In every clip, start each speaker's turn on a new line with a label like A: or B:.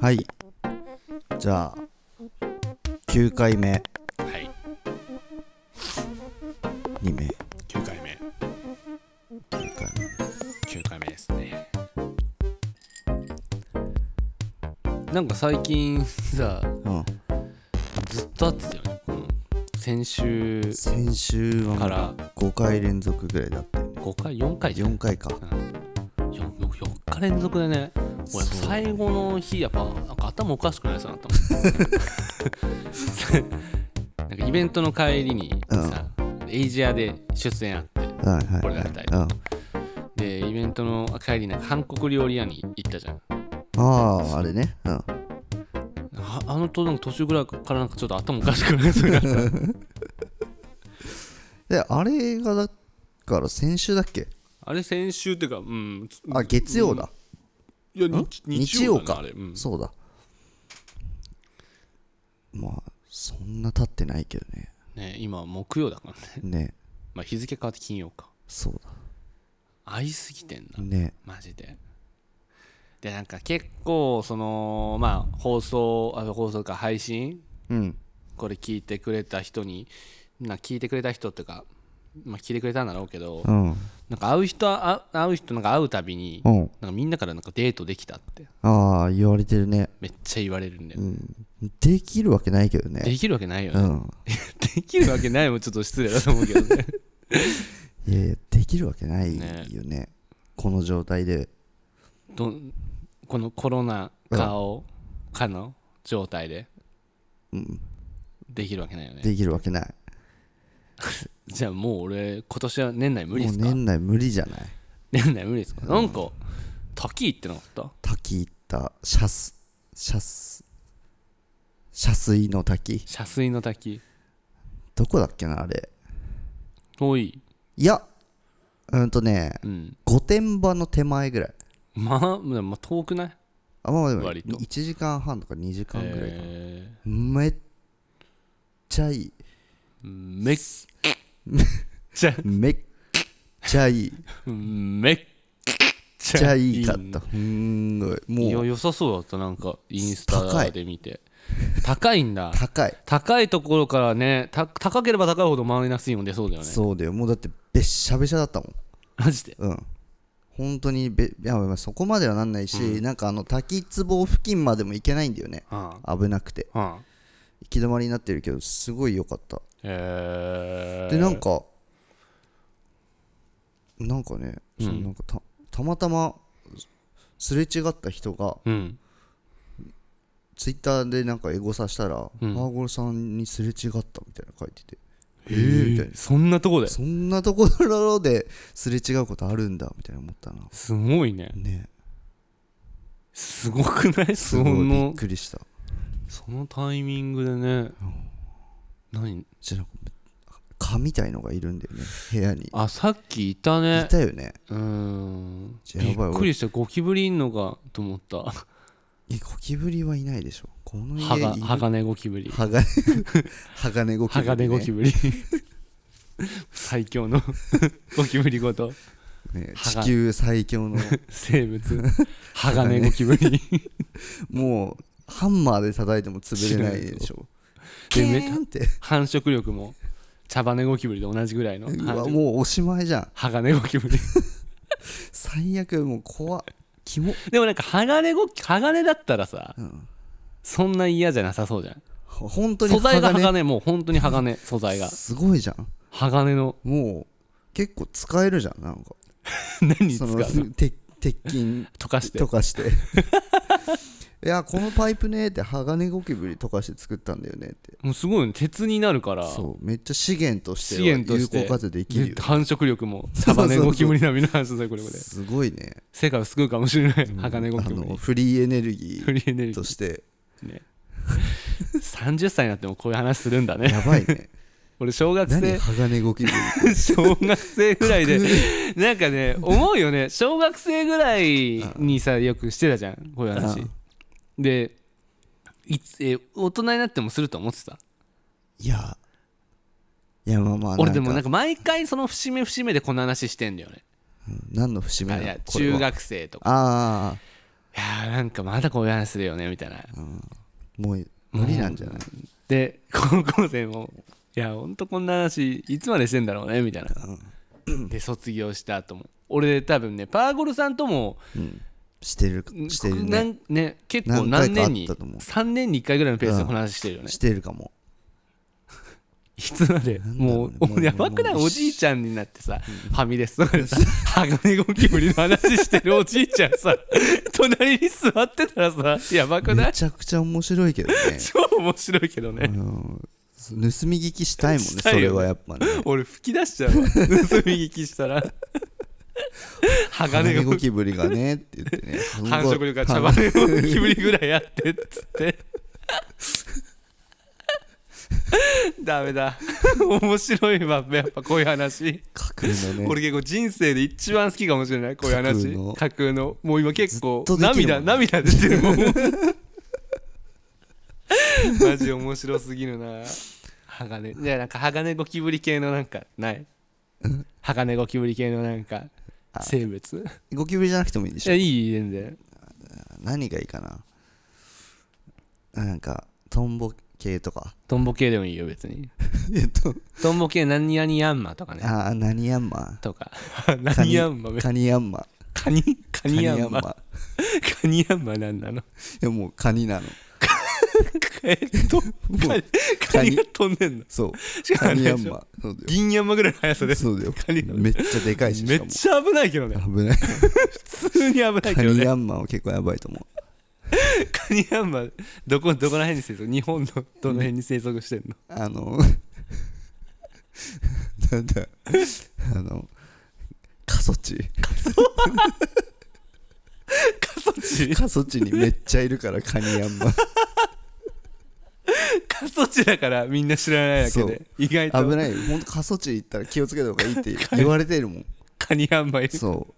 A: はいじゃあ9回目
B: はい
A: 2名
B: 9回目
A: 9回
B: 9回目ですねなんか最近さ
A: 目うん
B: ずっとあってたよねこの先週
A: 先週
B: か
A: は
B: ら
A: 5回連続ぐらいだったよね
B: 5回4回じゃん
A: 4回か
B: うん、4, 日連続でね
A: そう
B: 俺最後の日やっぱなんか頭おかしくなりそうにな ったもんなんかイベントの帰りにさ、エイジアで出演あって
A: はいはい
B: これ
A: は
B: だ
A: い
B: ったり
A: うん
B: でイベントの帰りになんか韓国料理屋に行ったじゃん
A: あああれねうん
B: ああのとなんか途中ぐらいからなんかちょっと頭おかしくなりそうになった
A: であれがだから先週だっけ
B: あれ先週っていうかうん
A: あ月曜だ、
B: いや日
A: 日
B: 日
A: 曜
B: 曜
A: か
B: かあれ、うん、
A: そうだまあそんな経ってないけどね
B: ね今木曜だからね、
A: ね
B: まあ、日付変わって金曜か
A: そう
B: 会いすぎてんな
A: だね
B: マジででなんか結構そのまあ放送あ放送か配信
A: うん
B: これ聞いてくれた人にな聞いてくれた人っていうか、まあ、聞いてくれたんだろうけど
A: うん
B: なんか会う人あ会う人なんか会うたびに
A: うん
B: なんかみんなからなんかデートできたって
A: ああ言われてるね
B: めっちゃ言われるんだよ、
A: うんできるわけないけどね
B: できるわけないよ
A: う
B: ね、
A: ん
B: できるわけないもちょっと失礼だと思うけどね
A: いやいやできるわけない
B: ね
A: よねこの状態で
B: どんこのコロナ禍をかの状態で
A: うん
B: できるわけないよね
A: できるわけない
B: じゃあもう俺今年は年内無理っ
A: もう
B: すか
A: 年内無理じゃない
B: 年内無理ですかなんか滝行ってなかった
A: 滝行ったシャスシャス遮水の滝
B: 遮水の滝
A: どこだっけなあれ
B: 遠い
A: いやうんとね
B: うん
A: 御殿場の手前ぐらい
B: まあ、まあまあ、遠くない
A: あまあまあでも
B: 割と
A: 1時間半とか2時間ぐらいかな
B: え
A: めっちゃいい
B: ーめっちゃ
A: めっちゃ いい
B: めっ
A: めっちゃいいかっ
B: い
A: たすんごい
B: いや
A: もう
B: 良さそうだったなんかインス
A: 高い
B: タで見て高いんだ
A: 高い
B: 高いところからねた高ければ高いほどマイナスイオン出そうだよね
A: そうだよもうだってべっしゃべしゃだったもん
B: マジで
A: うん本当にべいやまあそこまではなんないし、なんかあの滝壺付近までも行けないんだよね
B: うん
A: 危なくて
B: うん
A: 行き止まりになってるけどすごい良かった
B: えー
A: でなんかなんかね、そのなんかたたまたますれ違った人が
B: うん
A: ツイッターでなんかエゴサしたら、
B: ん
A: マーゴルさんにすれ違ったみたいなの書いてて
B: え
A: えーみたい
B: ーそんなとこで
A: なそんなところですれ違うことあるんだみたいな思ったな
B: すごいね
A: ね
B: すごくない
A: す
B: そ
A: ごいびっ
B: の
A: くりした
B: そのタイミングでね何
A: じゃなんか蚊みたいのがいるんだよね部屋にい
B: あさっきいたね
A: たよね
B: うーん
A: じゃあ
B: び
A: や
B: っ
A: ばい
B: くりしたゴキブリいんのかと思った
A: えゴキブリはいないでしょこの家
B: 歯
A: い
B: が
A: る
B: 鋼ゴキブリ
A: 鋼 鋼ゴキブリ、ね、
B: 鋼ゴキブリ最強の ゴキブリごと
A: ね、
B: 鋼
A: 地球最強の
B: 生物鋼ゴキブリ
A: もうハンマーで叩いても潰れないでしょキ
B: でめ
A: ーンって
B: 繁殖力も茶羽ゴキブリと同じぐらいの
A: うわ
B: 繁殖
A: もうおしまいじゃん
B: 鋼ゴキブリ
A: 最悪もう怖っキモ
B: でもなんか鋼ゴキ鋼だったらさ
A: うん
B: そんな嫌じゃなさそうじゃん
A: ほ本当に
B: 素材が
A: 鋼
B: 鋼もう本当に鋼素材が
A: すごいじゃん
B: 鋼の
A: もう結構使えるじゃんなんか
B: 何に使
A: そうの
B: の溶
A: 鉄鉄筋
B: かして
A: 溶か していやこのパイプねって鋼ゴキブリ溶かして作ったんだよねって
B: もうすごいね鉄になるから
A: そうめっちゃ資源として
B: 資
A: は
B: 源と
A: 有
B: して
A: 効活用できるよ
B: で繁殖力も
A: そうそうそう
B: 鋼ゴキブリ並みの繁殖力です
A: ごいね
B: 世界を救うかもしれない鋼ゴ
A: あ
B: キブ
A: の
B: リ
A: フリーエネルギ
B: フリーエネ
A: ー
B: ルギ
A: と
B: ー
A: して
B: ね30歳になってもこういう話するんだね
A: やばい ね
B: 俺小学
A: 何
B: 生
A: 鋼ゴキブリ
B: 小学生ぐらいでなんかね思うよね小学生ぐらいにさよくしてたじゃんこういう話
A: うん
B: でいつえ大人になってもすると思ってた
A: いやいやまあまあ
B: 俺でもなん
A: か
B: か毎回その節目節目でこの話してんだよね
A: うん何の節目
B: あ
A: ないの
B: や
A: これは
B: 中学生とか
A: あ
B: やーなんかまだこういう話するよねみたいな
A: もう無理なんじゃない
B: で高校生も「いやほんとこんな話いつまでしてんだろうね」みたいな、で卒業した後も俺多分ねパーゴルさんとも
A: してるしてるね
B: なんね結構何
A: 何回か
B: 年に
A: あったと思う
B: 3年に1回ぐらいのペースでこの話してるよね、
A: してるかも
B: いつまでもう
A: なんだろうねもう
B: やばくない
A: もう
B: おじいちゃんになってさファミレスとかでさ鋼ゴキブリの話してるおじいちゃんさ隣に座ってたらさやばくな
A: め
B: い
A: ちゃくちゃ面白いけど ね
B: 超面白いけどね
A: 盗み聞きしたいもんね
B: し
A: そ
B: たいよね
A: れはやっぱね
B: 俺吹き出しちゃうわ 盗み聞きしたら
A: 金
B: 鋼
A: ゴ
B: ゴキ
A: キブリがねって言ってね
B: 繁殖力が茶
A: は
B: 羽根ゴキ ブリぐらいあってっつって ダメだ 面白いわやっぱこういう話
A: 架空のね
B: 俺結構人生で一番好きかもしれないこういう話
A: 架空の
B: 架空のもう今結構
A: ずっとできる
B: 涙
A: もん
B: 涙出てるもん マジ面白すぎるな鋼いやなんか鋼ゴキブリ系のなんかない鋼ゴキブリ系のなんか生物
A: ゴキブリじゃなくてもいいで
B: い
A: し
B: や
A: ょ
B: いい全然
A: 何がいいかななんかトンボ系とか
B: トンボ系でもいいよ別に
A: えっと
B: トンボ系何々ヤンマとかね
A: ああ何ヤン マ
B: とか何ヤンマ
A: カニヤンマ
B: カニカ
A: カ
B: ニヤンマカニヤンマなんなの
A: いやもうカニなの
B: えっとカニカニが飛んでんの
A: そう
B: し
A: カ
B: かもあれ
A: ニ
B: でし
A: ヤン
B: ょ
A: マそうだよ
B: 銀山ぐらいの速さで
A: そうだよ
B: カニが
A: めっちゃでかいし
B: め
A: しか
B: っ
A: も
B: ちゃ危ないけどね
A: 危ない
B: 普通に危ないけ
A: カ
B: ど
A: ニ
B: ね
A: ヤンマは結構やばいと思う
B: カニヤンマどこどこら辺に生息日本のどの辺に生息してんの
A: あの なんだあの過疎地
B: 過疎 地
A: 過疎地にめっちゃいるからカニヤンマ
B: 過疎地だからみんな知らないだけ
A: そう
B: で意外と
A: 危ないよほんと過疎地行ったら気をつけた方がいい って言われてるもん
B: カニヤンマいる
A: そう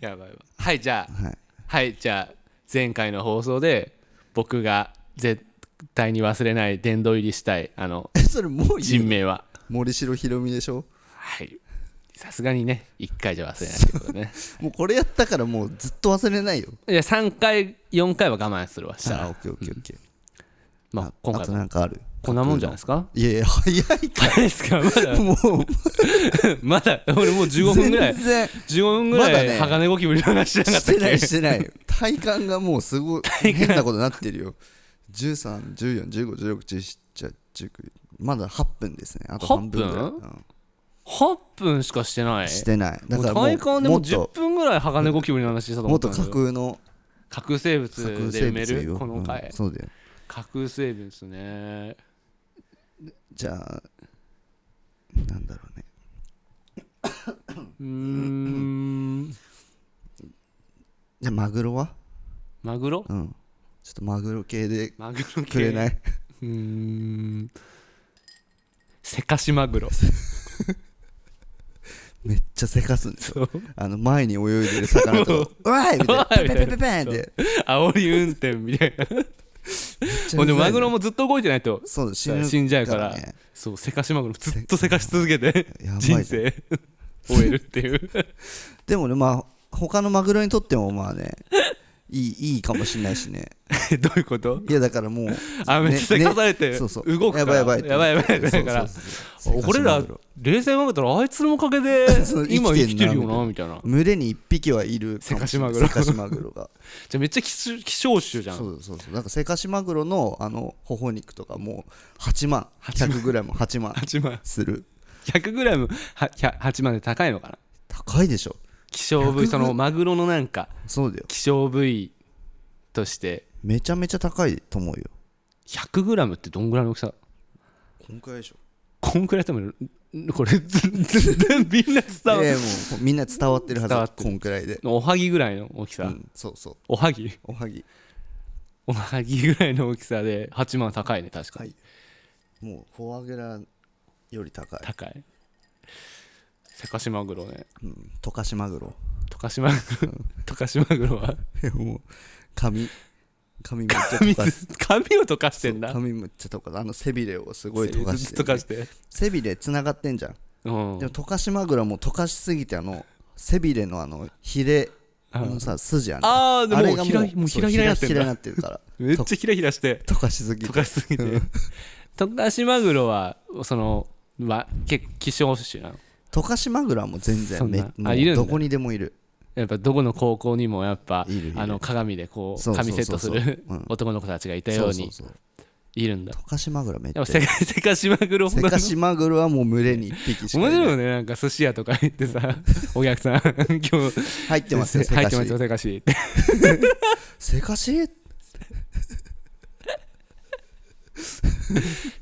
B: やばいわはいじゃあ
A: はい
B: はいじゃあ前回の放送で僕が絶対に忘れない殿堂入りしたいあの
A: えそれもう言
B: 人
A: う
B: 名は
A: 森城ひろみでしょ
B: はいさすがにね1回じゃ忘れないってことね
A: もうこれやったからもうずっと忘れないよ
B: いや3回4回は我慢するわした
A: あ
B: ら
A: オッケーオッケーオッケー
B: まあ今
A: あ
B: 回
A: と
B: も
A: なんかある
B: こんなもんじゃないですか
A: いやいや早い
B: 早いです かまだ
A: もう
B: まだ俺もう15分ぐらい
A: 全然
B: 15分ぐらい、
A: まだね
B: 鋼ゴキブリの話しなかっ
A: した
B: って
A: な
B: け
A: いしてない体感がもうす ごい変なことになってるよ131415161719まだ8分ですねあと半分ぐらい
B: 88分しかしてな
A: うん
B: い
A: してないだから
B: もう体
A: も
B: 感
A: う
B: で
A: もっ
B: も10
A: と
B: 分ぐらい鋼ゴキブリの話したと
A: も
B: 思
A: っ
B: っ
A: と
B: たんだ
A: 架
B: けど
A: 空の
B: 架空生物
A: 架空
B: で
A: 生
B: 埋め
A: 物
B: る
A: よ
B: この回、
A: うんそうだよ
B: 架空生物ね
A: じゃあなんだろうね
B: うーん
A: じゃあマグロは
B: マグロ
A: うんちょっとマグロ系で
B: マグロ系
A: くれないう
B: ーんせかしマグロ
A: めっちゃせかすんですよ
B: そう
A: あの前に泳いでる魚 と「わーい!」みたいな「ペペペペペン!」ってめっ
B: 煽り運転みたいな
A: ちゃうざい
B: ほ
A: の
B: んでマグロもずっと動いてないと
A: そう死
B: 死んじゃうから
A: ね
B: そうせかしマグロずっとせかし続けて
A: やばい
B: 人
A: ね
B: 生終えるっ ていう
A: でもねまあ他のマグロにとってもまあねいいいいかもしれないしね
B: えどういうこと
A: いやだからもう
B: あめっちゃせかされて
A: ね
B: 動
A: そう
B: くか
A: そう
B: ら
A: やばいやばいって
B: やばいやばいだ
A: そう
B: から
A: そうそうそう
B: 俺ら
A: せかしマグロ
B: 冷静に考えたらあいつのおかげで
A: そう
B: 今生
A: 生
B: き
A: き
B: て
A: て
B: る
A: んな
B: よなみたいな
A: 群れに一匹はいる
B: せかし
A: し
B: マグロ
A: せかしマグロが
B: じゃあめっちゃ希少希少種じゃ
A: そ
B: ん
A: うそうそうなんかせかしマグロのあの頬肉とかもう8万 100g8 8万
B: 8万
A: する
B: 100g8 万で高いのかな
A: 高いでしょ
B: 希少部位
A: 100
B: そのマグロのなんか
A: そうだよ
B: 希少部位として
A: めちゃめちゃ高いと思うよ
B: 100g ってどんぐらいの大きさ
A: こんくらいでしょ
B: こんくらい多分これ全然みんな伝わ
A: え
B: る
A: えもうみんな伝わってるは
B: 伝わっ
A: ずこんくらいで
B: おはぎぐらいの大き
A: う
B: さ
A: んそうそう
B: おはぎ
A: おはぎ
B: おはぎぐらいの大きさで8万高いね確かに
A: もうフォアグラより高い、
B: 高いせかしマグロね
A: うん、トカシマグロ
B: とかしマグロとかしマグロは
A: もう髪髪めっちゃ溶
B: 髪
A: かし
B: 髪を溶かしてんだ
A: 髪めっちゃ溶かすあの背びれをすごい溶かして,、
B: ずっと溶かして
A: 背びれつながってんじゃん、
B: うん
A: でもトカシマグロはもう溶かしすぎてあの背びれのあのヒレのさ筋ある
B: あーでも
A: れが
B: ひらもうひらひらになってんだ
A: そうひらひらになってる から
B: めっちゃヒラヒラして
A: 溶かしすぎて
B: 溶かしすぎて溶かしマグロはそのは結構希少種なの
A: 溶かしマグロはもう全
B: そ
A: 然
B: んな
A: めも
B: あいるん
A: う
B: だ
A: どこにでもいる
B: やっぱどこの高校にもやっぱ
A: いるいる
B: あの鏡でこ
A: そううそう
B: 髪
A: そう
B: セット す
A: そ
B: る
A: ううん
B: 男の子たちがいたよ
A: そううそ
B: に
A: うそう
B: いるんだ
A: 溶かしマグロめっちゃ
B: やっぱ セカセカシマグロ
A: せかしマグロはもう群れに1匹しか
B: 面
A: い
B: 白い
A: ない
B: よねなんか寿司屋とか行ってさ お客さん今日
A: 入ってますよせ
B: 入っ
A: か
B: てます
A: し
B: よセカシって
A: せかし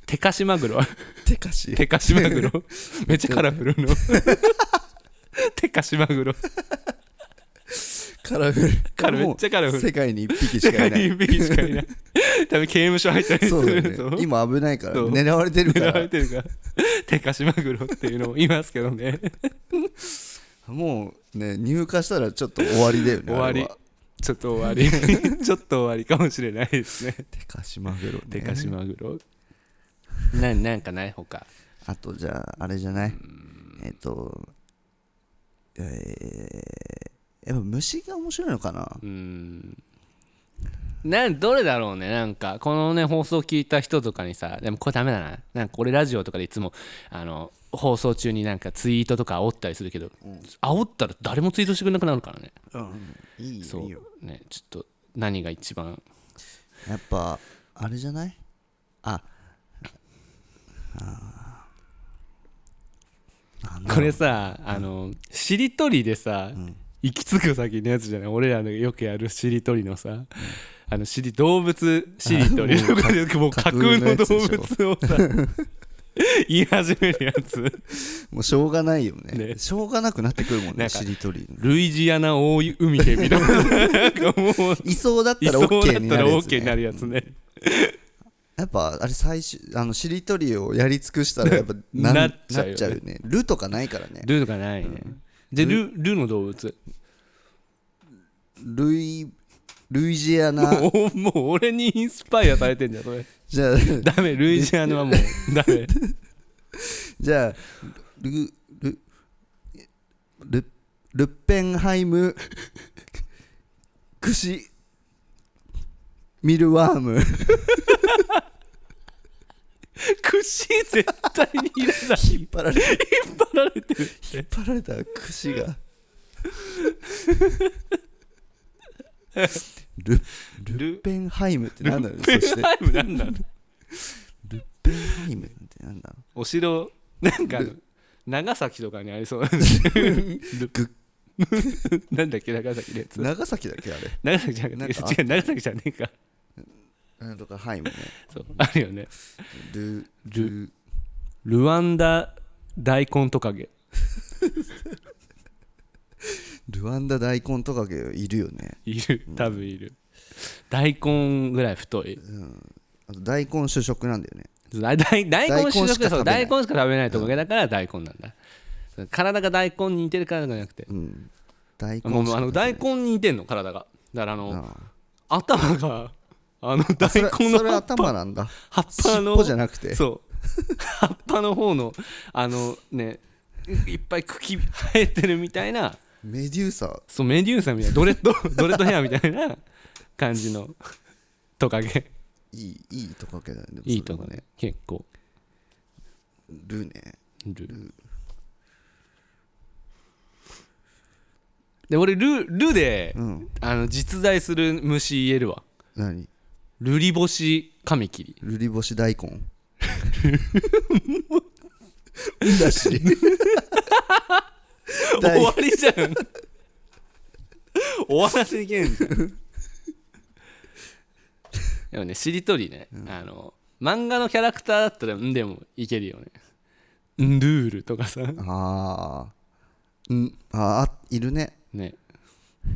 B: テカシマグロ
A: てかし
B: テカシ マグロめっちゃカラフルの テカシマグロ
A: カラフル
B: カラめっちゃカラフ
A: もう
B: ル
A: 世界に1匹し
B: 世
A: かい
B: 界
A: ない
B: に1匹しか いない多分刑務所入ったりす
A: そうだ
B: る
A: よ
B: と
A: ね今危ないから
B: そう
A: 狙われてるか
B: 狙わ
A: ら
B: れてるからテカシマグロっていうのもいますけどね
A: もうね入荷したらちょっと終わりだよね
B: 終わり
A: あれ は
B: ちょっと終わり ちょっと終わりかもしれないです ね
A: てかしマグロね
B: テカシマグロななんかないほか
A: あとじゃああれじゃないえっとえーやっぱ虫が面白いのかな
B: うんなんどれだろうねなんかこのね放送聞いた人とかにさでもこれダメだななんか俺ラジオとかでいつもあの放送中になんかツイートとか煽ったりするけど、煽ったら誰もツイートしてくれなくなるからね
A: うんいい
B: そ
A: よ
B: う
A: いいよ
B: ねちょっと何が一番
A: やっぱあれじゃないあ
B: これさあのしりとりでさ、行き着く先のやつじゃない俺らのよくやるしりとりのさ、あのしり動物しりとり とかでもう架
A: 架
B: 空
A: 空の
B: の
A: や
B: 動
A: つでしょ
B: 物を さ言い始めるやつ
A: もうしょうがないよね
B: ね
A: しょうがなくなってくるもん
B: なん
A: ね
B: か
A: しりとり
B: ルイジアナ大海蛇とか なんかもう
A: いそうだっ
B: い
A: たら
B: そうだ
A: OK
B: っ
A: にな
B: たら
A: るや
B: OK
A: つ、
B: にな
A: ね、
B: るやつね
A: やっぱあれ最終あのしりとりをやり尽くしたらやっぱな
B: な
A: な
B: っ
A: っ
B: ちゃうよね
A: ちゃうよねルとかないからね
B: ルーとかないね、でルルーの動物
A: ルイルイジアナ
B: もうもう俺にインスパイアされてんじゃんそれ
A: じゃあ
B: ダメルイジアナはもうダ メ
A: じゃあルルルルッペンハイムクシミルワーム
B: クシ絶対にいらない
A: 引っ張られた
B: 引っ張られてる
A: 引っ張られたクシがルル
B: ル
A: ッペンハイムってなんだろうそ
B: ペン
A: して
B: ハイムなんなの
A: ペンハイムってなんだろ
B: お城なんかあの長崎とかにありそうなんだ
A: ぐ
B: なんだっけ長崎のや
A: う
B: つ
A: 長崎だっけあれ
B: 長崎じゃなく
A: なんか
B: て違う長崎じゃねえか
A: なんとかハイムね
B: そうあるよね
A: ル
B: ル
A: ル
B: ルワンダ大根トカゲ
A: ルワンダ大根トカゲいるよね
B: いる多分いる大根ぐらい太い
A: あと大根主食なんだよね
B: 大大大根主食
A: 大根しか食べない
B: そう大根しか食べないトカゲだから大根なんだ体が大根に似てるからじゃなくて
A: うん大根
B: もうあの
A: しか
B: 大根に似てんの体がだからあの
A: あ
B: 頭があの大
A: それ
B: 根
A: それ
B: の
A: 頭なんだ
B: 葉っぱ
A: 尻
B: の
A: 尾じゃなくて
B: そう 葉っぱの方のあのねいっぱい茎生えてるみたいな
A: メデューサ
B: そうメデューサみたいなドレッド ドレッドヘアみたいな感じのトカゲ
A: いいいいトカゲだよねでもそれ
B: いいとこね結構
A: ルね
B: ルで俺ルルで、
A: うん
B: あの実在する虫言えるわ
A: 何
B: ルリボシカミキリ
A: ルリボシ大根だし大
B: 終わりじゃん終わらせいけんじゃんでもねしりとりね、あの漫画のキャラクターだったらんでもいけるよねんルールとかさ
A: ああんああいるね
B: ね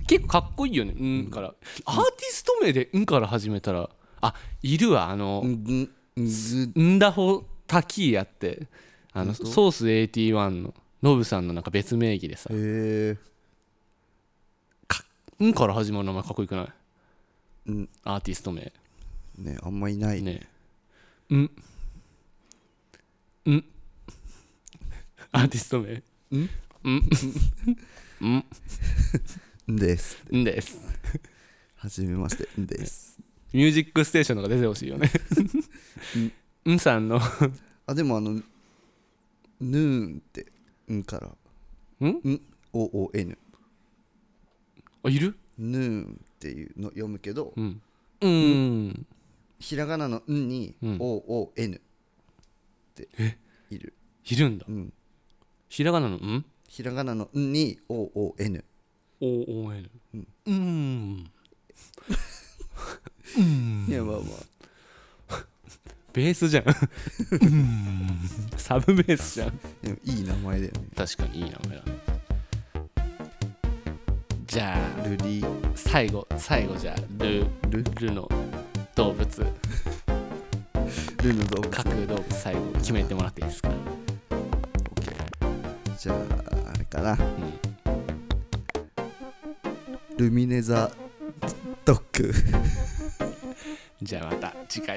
B: 結構かっこいいよねんからアーティスト名でんから始めたらあいるわあの
A: うんうんうん
B: んだほタキーヤってあのソース81のノブさんのなんか別名義でさ
A: へえ
B: んから始まる名前かっこよくない
A: うん
B: アーティスト名
A: ねあんまいない
B: ねうんうんアーティスト名
A: ん
B: うん
A: です
B: んです
A: はじめましてんです
B: ミュージックステーションとか出てほしいよねうんさんの
A: あでもあのぬーんってんから
B: ん
A: ん OON
B: あいる
A: ぬーんっていうの読むけど
B: うんうん
A: ひらがなの「ん」に「
B: うん
A: OON」っている、
B: いるんだ
A: うん、
B: ひらがなのん
A: ひらがなの「ん」に「OON」
B: OON うん
A: いやまあまあ
B: ベースじゃんうんサブベースじゃん
A: でもいい名前だよね
B: 確かにいい名前だねじゃあ
A: ルリ
B: 最後最後じゃあル
A: ル
B: ルの動物
A: ルの動物
B: 各動物最後決めてもらっていいですか、
A: じゃああれかな
B: うん
A: ルミネザドッグ
B: じゃあまた次回